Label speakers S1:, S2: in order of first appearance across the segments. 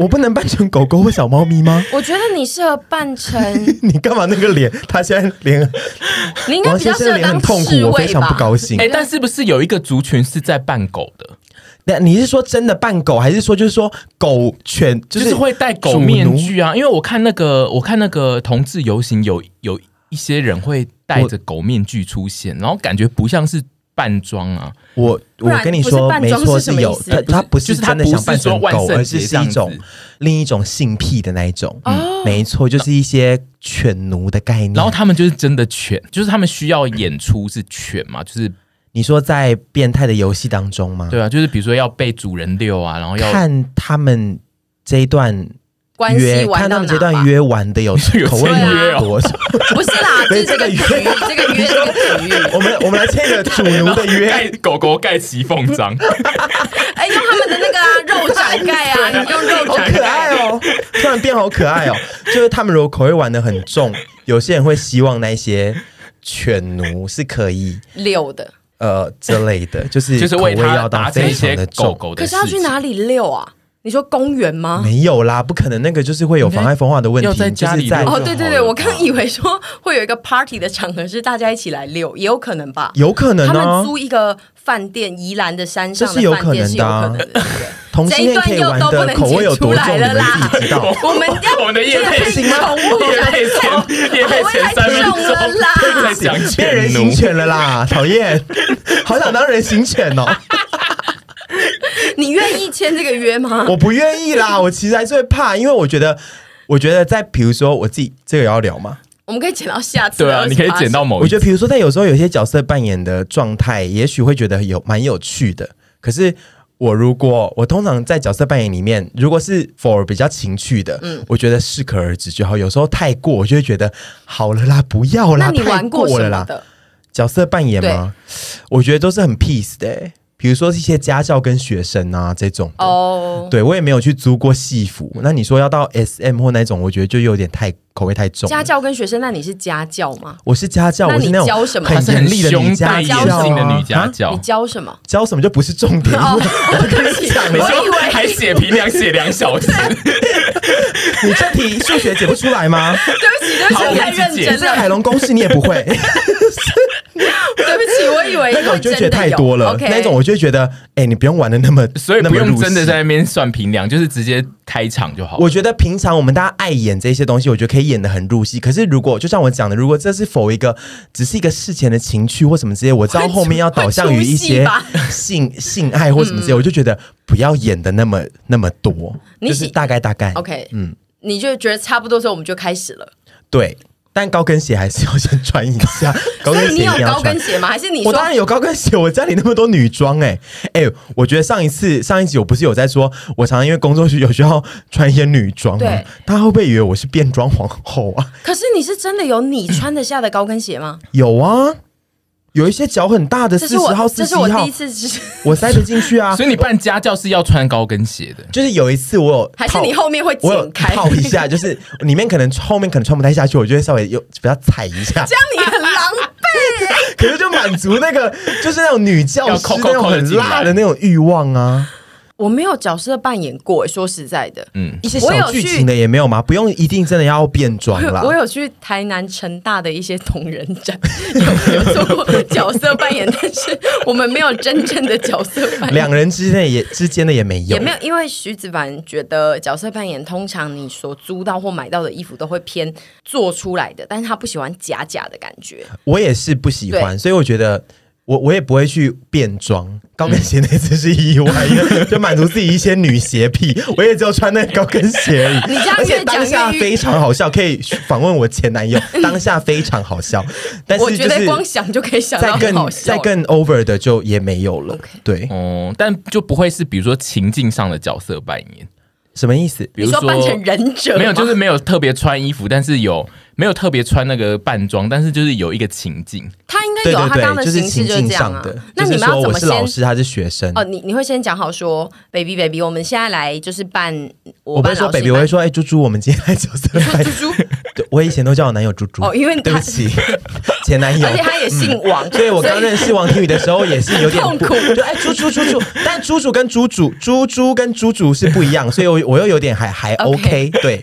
S1: 我不能扮成狗狗或小猫咪 吗？
S2: 我觉得你适合扮成，
S1: 你干嘛那个脸？他现在脸，哦
S2: 你应该
S1: 王
S2: 比
S1: 先
S2: 较
S1: 生
S2: 适
S1: 的
S2: 合
S1: 脸很
S2: 当
S1: 痛
S2: 侍
S1: 苦，我非
S2: 卫
S1: 常不
S2: 吧。
S1: 高兴
S3: 哎、。但是不是有一个族群是在扮狗的，
S1: 那你是说真的扮狗，还是说就是说狗犬就
S3: 就是是会戴狗面具啊？因为我看那个，我看那个同志游行有有一些人会戴着狗面具出现，然后感觉不像是扮装啊，
S1: 我
S2: 不
S1: 我
S2: 然
S1: 跟你
S2: 不是
S1: 说，
S2: 扮
S1: 没
S2: 装
S1: 错
S2: 是什么
S1: 有
S2: 意，思
S1: 他他不是
S3: 就是他
S1: 真的
S3: 不
S1: 想
S3: 是
S1: 扮成
S3: 说万
S1: 狗，
S3: 圣
S1: 而
S3: 节
S1: 是是
S3: 这
S1: 一
S3: 样
S1: 种
S3: 子
S1: 另一种性癖的那一种。
S2: 哦
S1: 没错，就是一些犬奴的概念。
S3: 然后他们就是真的犬，就是他们需要演出是犬嘛，就是
S1: 你说在变态的游戏当中吗？
S3: 对啊，就是比如说要被主人遛啊，然后要
S1: 看他们这一段
S2: 关
S1: 约
S2: 系，玩
S1: 看他
S2: 到
S1: 们
S2: 哪
S1: 这段
S2: 吧？
S1: 约玩的 有
S3: 有
S1: 口味
S2: 签约
S1: 有
S3: 哦
S1: 多少？
S2: 不是 啦，
S1: 对
S2: 就是这个
S1: 这
S2: 局，
S1: 个
S2: 这个约，这个局。
S1: 我们我们来签一个主奴的约，
S3: 盖狗狗盖骑缝章，
S2: 哎，用他们的那个啊肉展盖啊，你用肉
S1: 好
S2: 展
S1: 可
S2: 盖。
S1: 爱哦！突然变好可爱哦！就是他们如果口味玩的很重，有些人会希望那些犬奴是可以
S2: 溜的。
S1: 呃之类 的，就是
S3: 就是
S1: 口味
S3: 为
S1: 要
S3: 它
S1: 到
S3: 达成
S1: 非
S3: 一
S1: 常
S3: 些
S1: 的
S3: 狗
S1: 重。
S3: 狗的
S2: 可
S3: 事
S2: 是要
S3: 情。
S2: 去哪里溜啊？你说公园吗？
S1: 没有啦，不可能，那个就是会有妨碍风化的问题，
S3: 要在家
S1: 就是
S3: 里
S1: 在
S3: 遛
S2: 哦，
S3: 就
S2: 对对
S3: 好
S2: 对，
S3: 了
S2: 我
S3: 吧
S2: 刚以为说会有一个 party 的场合是大家一起来溜，也有可能吧。
S1: 有可能
S2: 他们
S1: 哦、
S2: 租一个饭店，宜兰的山上
S1: 这
S2: 的
S1: 是有
S2: 饭
S1: 可
S2: 店
S1: 能
S2: 是
S1: 的
S2: 有
S1: 啊
S2: 可能的。对不对
S1: 同性恋可以玩的口味有多重，你们自己知道。
S2: 我们要
S3: 我们的叶
S2: 这个
S3: 配
S2: 配
S1: 行吗
S2: 宠物
S3: 叶配前叶配前三分
S2: 口味太重了啦
S3: 钟 在讲
S1: 变人
S3: 犬
S1: 形，
S3: 奴
S1: 犬了啦，讨厌，好想当人形犬哦！
S2: 你愿意签这个约吗？
S1: 我不愿意啦，我其实还是会怕，因为我觉得，我觉得在比如说我自己这个也要聊嘛，
S2: 我们可以剪到下次的28集。
S3: 对啊，你可以捡到某
S1: 我
S3: 一
S1: 觉得比如说在有时候有些角色扮演的状态，也许会觉得有蛮有趣的，可是。我如果我通常在角色扮演里面，如果是 for 比较情趣的，我觉得适可而止就好。有时候太过，我就会觉得好了啦，不要啦，
S2: 那你
S1: 太
S2: 玩过
S1: 了
S2: 什
S1: 啦
S2: 么。的？
S1: 角色扮演吗？我觉得都是很 peace 的欸、比如说一些家教跟学生啊这种的。
S2: 哦，
S1: 对，我也没有去租过戏服。那你说要到 S M 或那种，我觉得就有点太口味太重了。
S2: 家教跟学生，那你是家教吗？
S1: 我是家教，
S2: 那
S1: 我
S2: 你
S1: 是那种
S2: 教什么
S3: 她
S1: 很
S3: 是
S1: 严
S3: 很
S1: 厉的
S3: 凶
S1: 女
S3: 戴
S1: 家
S3: 眼
S1: 教、啊、
S3: 镜的女家
S1: 啊
S3: 教
S2: 你，教什么？
S1: 教什么就不是重点。
S2: 哦，
S3: 每次
S2: 我以为
S3: 还写评量写两小时，
S1: 你这题数学解不出来 吗？
S2: 对不起，对不
S3: 好
S2: 起，我太
S3: 我们
S2: 认
S3: 自己
S2: 真
S1: 这海
S2: 了。
S1: 龙公式你也不 会，
S2: 对不起，我以为
S1: 那个我
S2: 会
S1: 就
S2: 真
S1: 会觉得
S2: 的
S1: 太多了。
S2: OK，
S1: 那种我就会觉得，哎、你不用玩的那么，
S3: 所以
S1: 那
S3: 不
S1: 么入
S3: 用真的
S1: 戏
S3: 在那边算评量，就是直接开场就好。
S1: 我觉得平常我们大家爱演这些东西，我觉得可以演得很入戏。可是如果就像我讲的，如果这是否一个只是一个事前的情趣或什么之类，我知道后面要导向于一
S2: 会出
S1: 些
S2: 戏吧
S1: 性性爱或什么之类，我就觉得不要演的那么那么多，
S2: 你
S1: 就是
S2: 喜
S1: 大概大概
S2: OK，
S1: 嗯
S2: 嗯，你就觉得差不多之后，我们就开始了。
S1: 对。但高跟鞋还是要先穿一 下，高
S2: 所
S1: 跟
S2: 以
S1: 鞋
S2: 你
S1: 一
S2: 有
S1: 定要
S2: 高
S1: 穿
S2: 跟。鞋吗？还是你
S1: 我
S2: 说
S1: 当然有高跟鞋，我家里那么多女装哎哎，我觉得上一次上一集我不是有在说，我常常因为工作需有需要穿一些女装吗
S2: 对？
S1: 大家会不会以为我是变装皇后啊？
S2: 可是你是真的有你穿得下的高跟鞋吗？
S1: 有啊，有一些脚很大的
S2: 这
S1: 四
S2: 是
S1: 十
S2: 我
S1: 号、，
S2: 这
S1: 四
S2: 是
S1: 十
S2: 我
S1: 一
S2: 第
S1: 号
S2: 一，次知，
S1: 我塞得进去啊。
S3: 所以你扮家教是要穿高跟鞋的，
S1: 就是有一次我有套，
S2: 还是你后面会
S1: 我有
S2: 剪开？
S1: 套一下，就是里面可能后面可能穿不太下去，我就会稍微有比较踩一下，
S2: 这样你很狼
S1: 可是就满足那个就是那种女教
S3: 要
S1: 师
S3: 扣扣
S1: 那种
S3: 扣的
S1: 很
S3: 进来
S1: 辣的那种欲望啊。
S2: 我没有角色扮演过，说实在的，
S3: 嗯，
S1: 一些
S2: 我
S1: 小
S2: 有
S1: 剧
S2: 去
S1: 情的也没有吗？不用一定真的要变装啦
S2: 我。有去台南成大的一些同人展， 有有做过角色扮演，但是我们没有真正的角色扮演。
S1: 两人之间也之间的也没有，
S2: 也没有，因为徐子凡觉得角色扮演通常你所租到或买到的衣服都会偏做出来的，但是他不喜欢假假的感觉。
S1: 我也是不喜欢，所以我觉得我我也不会去变装。高跟鞋那次是意外，因
S2: 嗯
S1: 为 就满足自己一些女鞋癖，我也只有穿那个高跟鞋而已。
S2: 你这样
S1: 而且
S2: 越讲
S1: 当下
S2: 越
S1: 非常好笑，可以访问我前 男友，当下非常好笑，但
S2: 我
S1: 是
S2: 觉
S1: 就
S2: 得
S1: 是
S2: 光想就可以想到
S1: 再
S2: 很好
S1: 更
S2: 笑
S1: 再
S2: 了。
S1: 更 over 的就也没有了
S2: OK。
S1: 对，
S3: 哦、但就不会是比如说情境上的角色扮演，
S1: 什么意思？
S2: 你
S3: 比如
S2: 说扮成忍者吗，
S3: 没有，就是没有特别穿衣服，但是有没有特别穿那个扮装，但是就是有一个情境。
S2: 他应该
S1: 对
S2: 有
S1: 对
S2: 啊他刚刚
S1: 对，就
S2: 的
S1: 是
S2: 形
S1: 情
S2: 式就是
S1: 境
S2: 这样
S1: 上
S2: 啊
S1: 的。。
S2: 那你
S1: 就是
S2: 们要
S1: 说
S2: 怎
S1: 我
S2: 么
S1: 是
S2: 先？
S1: 老师，他是学生。
S2: 哦，你你会先讲好说，baby baby，我们现在来就是扮
S1: 我不
S2: 扮
S1: 会说
S2: 老师
S1: baby，我会说哎，猪猪，我们今天来角 色扮
S2: 扮猪猪，
S1: 对我以前都叫我男友猪猪。
S2: 哦因为他
S1: 对不起， 前男友
S2: 而。且他也姓王，
S1: 哎 所以我刚认识王庭宇的时候也是有点
S2: 痛苦
S1: 就哎猪猪猪猪，但猪猪跟猪猪猪猪跟猪猪是不一样，所以我我又有点还还
S2: OK
S1: OK 对，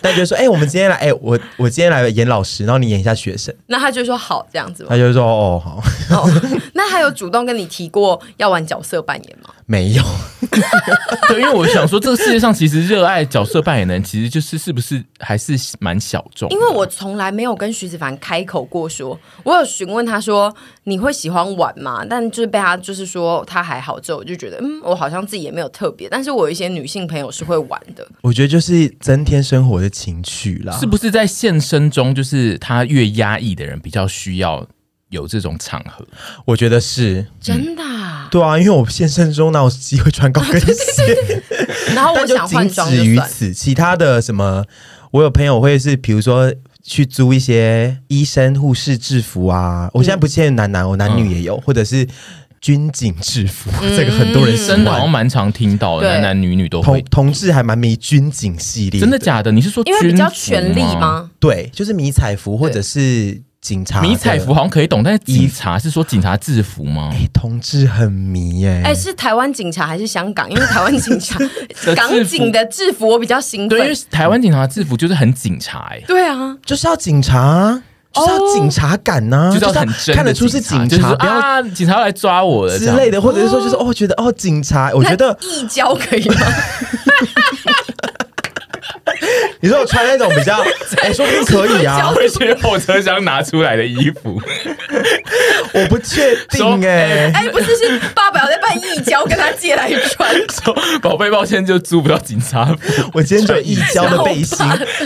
S1: 但就说哎、我们今天来哎、我我今天来演老师，然后你演一下学生，
S2: 那他就说好这样子 嘛
S1: 他。就说哦好
S2: 哦，那他有主动跟你提过要玩角色扮演吗？
S1: 没有，
S3: 对，因为我想说，这个世界上其实热爱角色扮演的人，其实就是是不是还是蛮小众的。
S2: 因为我从来没有跟徐子凡开口过说，我有询问他说你会喜欢玩吗？但就是被他就是说他还好之后，我就觉得嗯，我好像自己也没有特别，但是我有一些女性朋友是会玩的，
S1: 我觉得就是增添生活的情趣啦，
S3: 是不是在现身中，就是他越压抑的人比较需要有这种场合？
S2: 嗯
S1: 我觉得是
S2: 真的 啊、
S1: 对啊，因为我现身中哪有机会穿高跟 鞋？
S2: 然后
S1: 但
S2: 我
S1: 就
S2: 想换
S1: 仅
S2: 装
S1: 止
S2: 就
S1: 于
S2: 算，
S1: 此，其他的什么，我有朋友会是，比如说去租一些医生、护士制服啊。我现在不限男男，我男女也有，
S3: 嗯
S1: 或者是军警制服，
S2: 嗯
S1: 这个很多人喜
S3: 真的好像
S1: 欢。
S3: 蛮常听到的，
S2: 对
S3: 男男女女都
S1: 同
S3: 会。
S1: 同志还蛮迷军警系列，
S3: 真的？假的？你是说
S2: 因为比较
S3: 军服
S2: 权力吗？
S1: 对，就是迷彩服或者是警察的
S3: 迷彩服。好像可以懂，但是警
S1: 嗯
S3: 察是说警察制服吗？
S2: 嗯
S1: 哎，同志很迷耶、
S2: 哎、是台湾警察还是香港？因为台湾警察
S3: 服
S2: 港警的制服我比较兴
S3: 对，因为
S2: 奋。
S3: 台湾警察制服就是很警察哎、
S2: 对啊，
S1: 就是要警察啊，就是要警察感呐、
S3: 哦就是要很
S1: 就是
S3: 真
S1: 要看得
S3: 的
S1: 出是警
S3: 警就是
S1: 察，
S3: 说
S1: 不要
S3: 啊，警察要来抓我了
S1: 之类
S3: 的。
S1: 的，或者是说就是哦，觉得哦，警察，我觉得
S2: 那义交可以吗？
S1: 你说我穿那种比较，哎，说不定可以啊
S2: 交，
S3: 会去后车厢拿出来的衣服，
S1: 我不确
S3: 说
S1: 定哎。
S2: 哎、不是，是爸爸有在办义交，跟他借来穿。
S3: 说宝贝，抱歉，就租不到警察服。
S1: 我今天就一交的背心，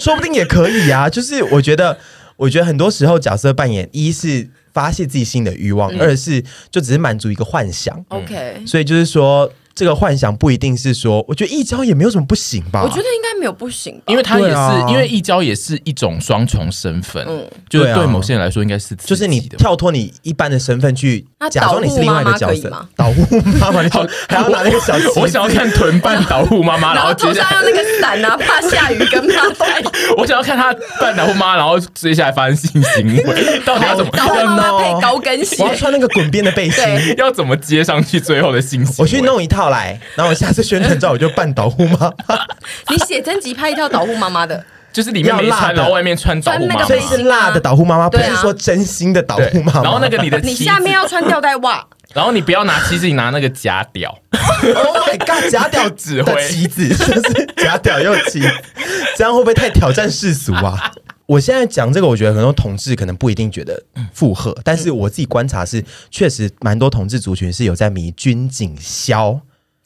S1: 说不定也可以啊。就是我觉得，我觉得很多时候角色扮演，一是发泄自己心里的欲望，二是就只是满足一个幻想。
S2: OK，、
S1: 所以就是说，这个幻想不一定是说，我觉得一交也没有什么不行吧。
S2: 我觉得应该没有不行吧，
S3: 因为他也
S1: 对
S3: 是，
S1: 啊
S3: 因为义交也是一种双重身份，
S2: 嗯
S3: 就是
S1: 对啊
S3: 对某些人来说应该是
S1: 就是你
S3: 刺激的
S1: 跳脱你一般的身份去
S2: 那
S1: 假装你是另外一个角色，导护妈妈，你 说还要拿那个小旗子，
S3: 我想要看臀半导护 妈妈，
S2: 然
S3: 然
S2: 后
S3: 后
S2: 头
S3: 接下
S2: 上
S3: 来
S2: 要那个伞啊，怕下雨跟怕晒。
S3: 我想要看她半导护妈，然后接下来发生性行 为，到底要怎么
S2: 然后妈妈配高跟鞋
S1: 我，要穿那个滚边的背心。
S2: 对
S3: 要怎么接上去最后的性行为？
S1: 我去弄一套来，然后我下次宣传照我就扮导护 妈，
S2: 你写真集拍一套导护妈妈的，
S3: 就是里面没
S1: 要辣
S3: 穿，
S1: 的
S3: 然后外面穿导护妈
S2: 穿那
S3: 妈
S2: 个
S1: 所以
S2: 背心
S1: 是辣的导护妈妈，不
S2: 对啊
S1: 是说真心的导护
S3: 对，
S1: 妈妈。
S3: 然后那 个你的
S2: 你
S3: 旗
S2: 下
S3: 子，
S2: 面要穿吊带袜。
S3: 然后你不要拿旗子，你拿那个假屌，
S1: ，Oh my God，假 屌
S3: 指挥
S1: 的旗子， 就是假屌又旗，这样会不会太挑战世俗 啊？我现在讲这个，我觉得很多同志可能不一定觉得附和，但是我自己观察是，确实蛮多同志族群是有在迷军警消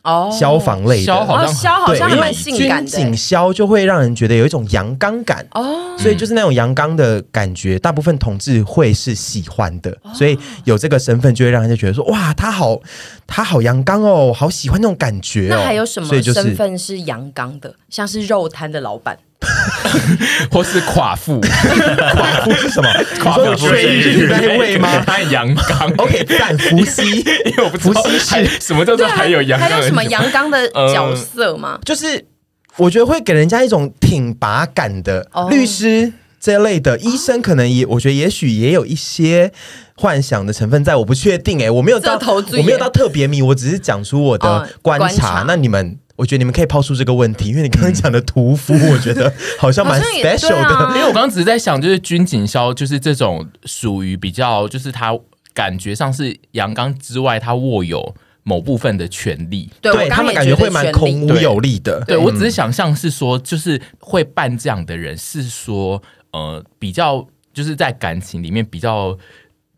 S2: 哦
S1: 消，防类的，
S3: 消好
S2: 哦，
S3: 像很
S2: 消好
S1: 对，
S2: 像还
S1: 因为
S2: 蛮性感
S1: 军
S2: 的
S1: 警。消就会让人觉得有一种阳刚感
S2: 哦，
S1: 所以就是那种阳刚的感觉，大部分同志会是喜欢的，
S2: 哦
S1: 所以有这个身份就会让人家觉得说，哇，他好，他好阳刚哦，好喜欢那种感觉哦。
S2: 那还有什
S1: 所以
S2: 么
S1: 就是
S2: 身份是阳刚的？像是肉摊的老板，
S3: 或是寡 妇，
S1: 寡妇是什 么？你
S3: 寡
S1: 说
S3: 妇
S1: 追日那一位吗
S3: 太阳刚，
S1: ？OK，反伏羲
S3: 因为我不知道
S1: 伏羲氏
S3: 还什么叫做还有呃阳
S2: 啊还
S3: 刚
S2: 有
S3: 的
S2: 什么
S3: 人
S2: 阳 刚的角色吗？
S1: 就是我觉得会给人家一种挺拔感的、
S2: 哦
S1: 律师。这类的医生可能也，我觉得也许也有一些幻想的成分在，我不确定哎、我没有到
S2: 这头醉耶
S1: 我没有到特别迷，我只是讲出我
S2: 啊哦
S1: 的观察。
S2: 观察
S1: 那你们，我觉得你们可以抛出这个问题，因为你刚刚讲的屠 夫，我觉得好像蛮
S2: 好像也对
S1: special 的。
S2: 啊
S3: 因为我刚刚只是在想，就是军警消，就是这种属于比较，就是他感觉上是阳刚之外，他握有某部分的权利。
S2: 对我
S1: 他
S2: 刚刚
S1: 们
S2: 也
S1: 感
S2: 觉
S1: 会
S2: 得
S1: 蛮
S2: 权
S1: 孔
S2: 力
S1: 武有力的。
S3: 对我只是想象是说，就是会办这样的人是说，呃，比较就是在感情里面比较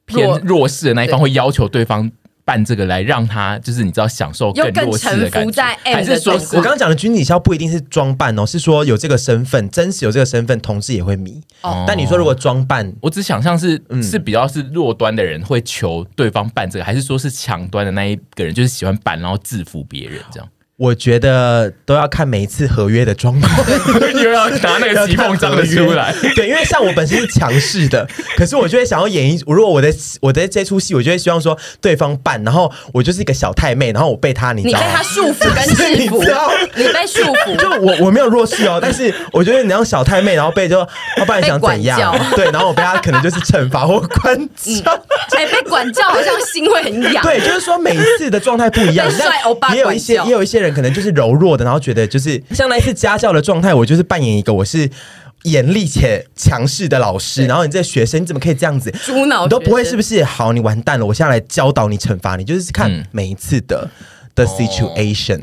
S3: 偏
S2: 弱
S3: 弱势的那一方
S2: 对
S3: 会要求对方。办这个来让他就是你知道享受更
S2: 又更
S3: 弱势的
S2: 臣服
S3: 感觉，
S2: 在 M
S3: 还是说
S1: 我
S2: 的状况
S1: 刚刚讲的军体校不一定是装扮哦，是说有这个身份，真实有这个身份，同志也会迷。
S2: 哦
S1: 但你说如果装扮，
S3: 我只想象是、是比较是弱端的人 会求对方办这个，还是说是强端的那一个人就是喜欢办然后制服别人这样？
S1: 我觉得都要看每一次合约的状况。
S3: 又要拿那 个骑缝章的出来，
S1: 对，因为像我本身是强势的，可是我就会想要演一，如果我在我在这出戏，我就会希望说对方办，然后我就是一个小太妹，然后我被他，你知
S2: 你被
S1: 道吗
S2: 他？束缚跟
S1: 就是
S2: 制
S1: 你
S2: 服
S1: 知道，
S2: 你被束
S1: 就
S2: 缚，
S1: 我我没有弱势哦，但是我觉得你要小太妹，然后被就，要不然你想怎样
S2: 被管？
S1: 对，然后我被他可能就是惩罚或关
S3: 嗯
S1: 教。
S2: 哎、被管教好像心会很痒。
S1: 对，就是说每一次的状态不一样，
S2: 被 帅
S1: 但
S2: 欧巴
S1: 也有一
S2: 管
S1: 些
S2: 教
S1: 也有一些人可能就是柔弱的，然后觉得就是像那一次家教的状态，我就是扮演一个我是严厉且强势的老师，然后你这个学生你怎么可以这样子？
S2: 猪脑
S1: 你都不会
S2: 学生
S1: 是不是？好，你完蛋了，我下来教导你、惩罚你，就是看
S3: 嗯
S2: 哦
S1: 每一次的。的 situation，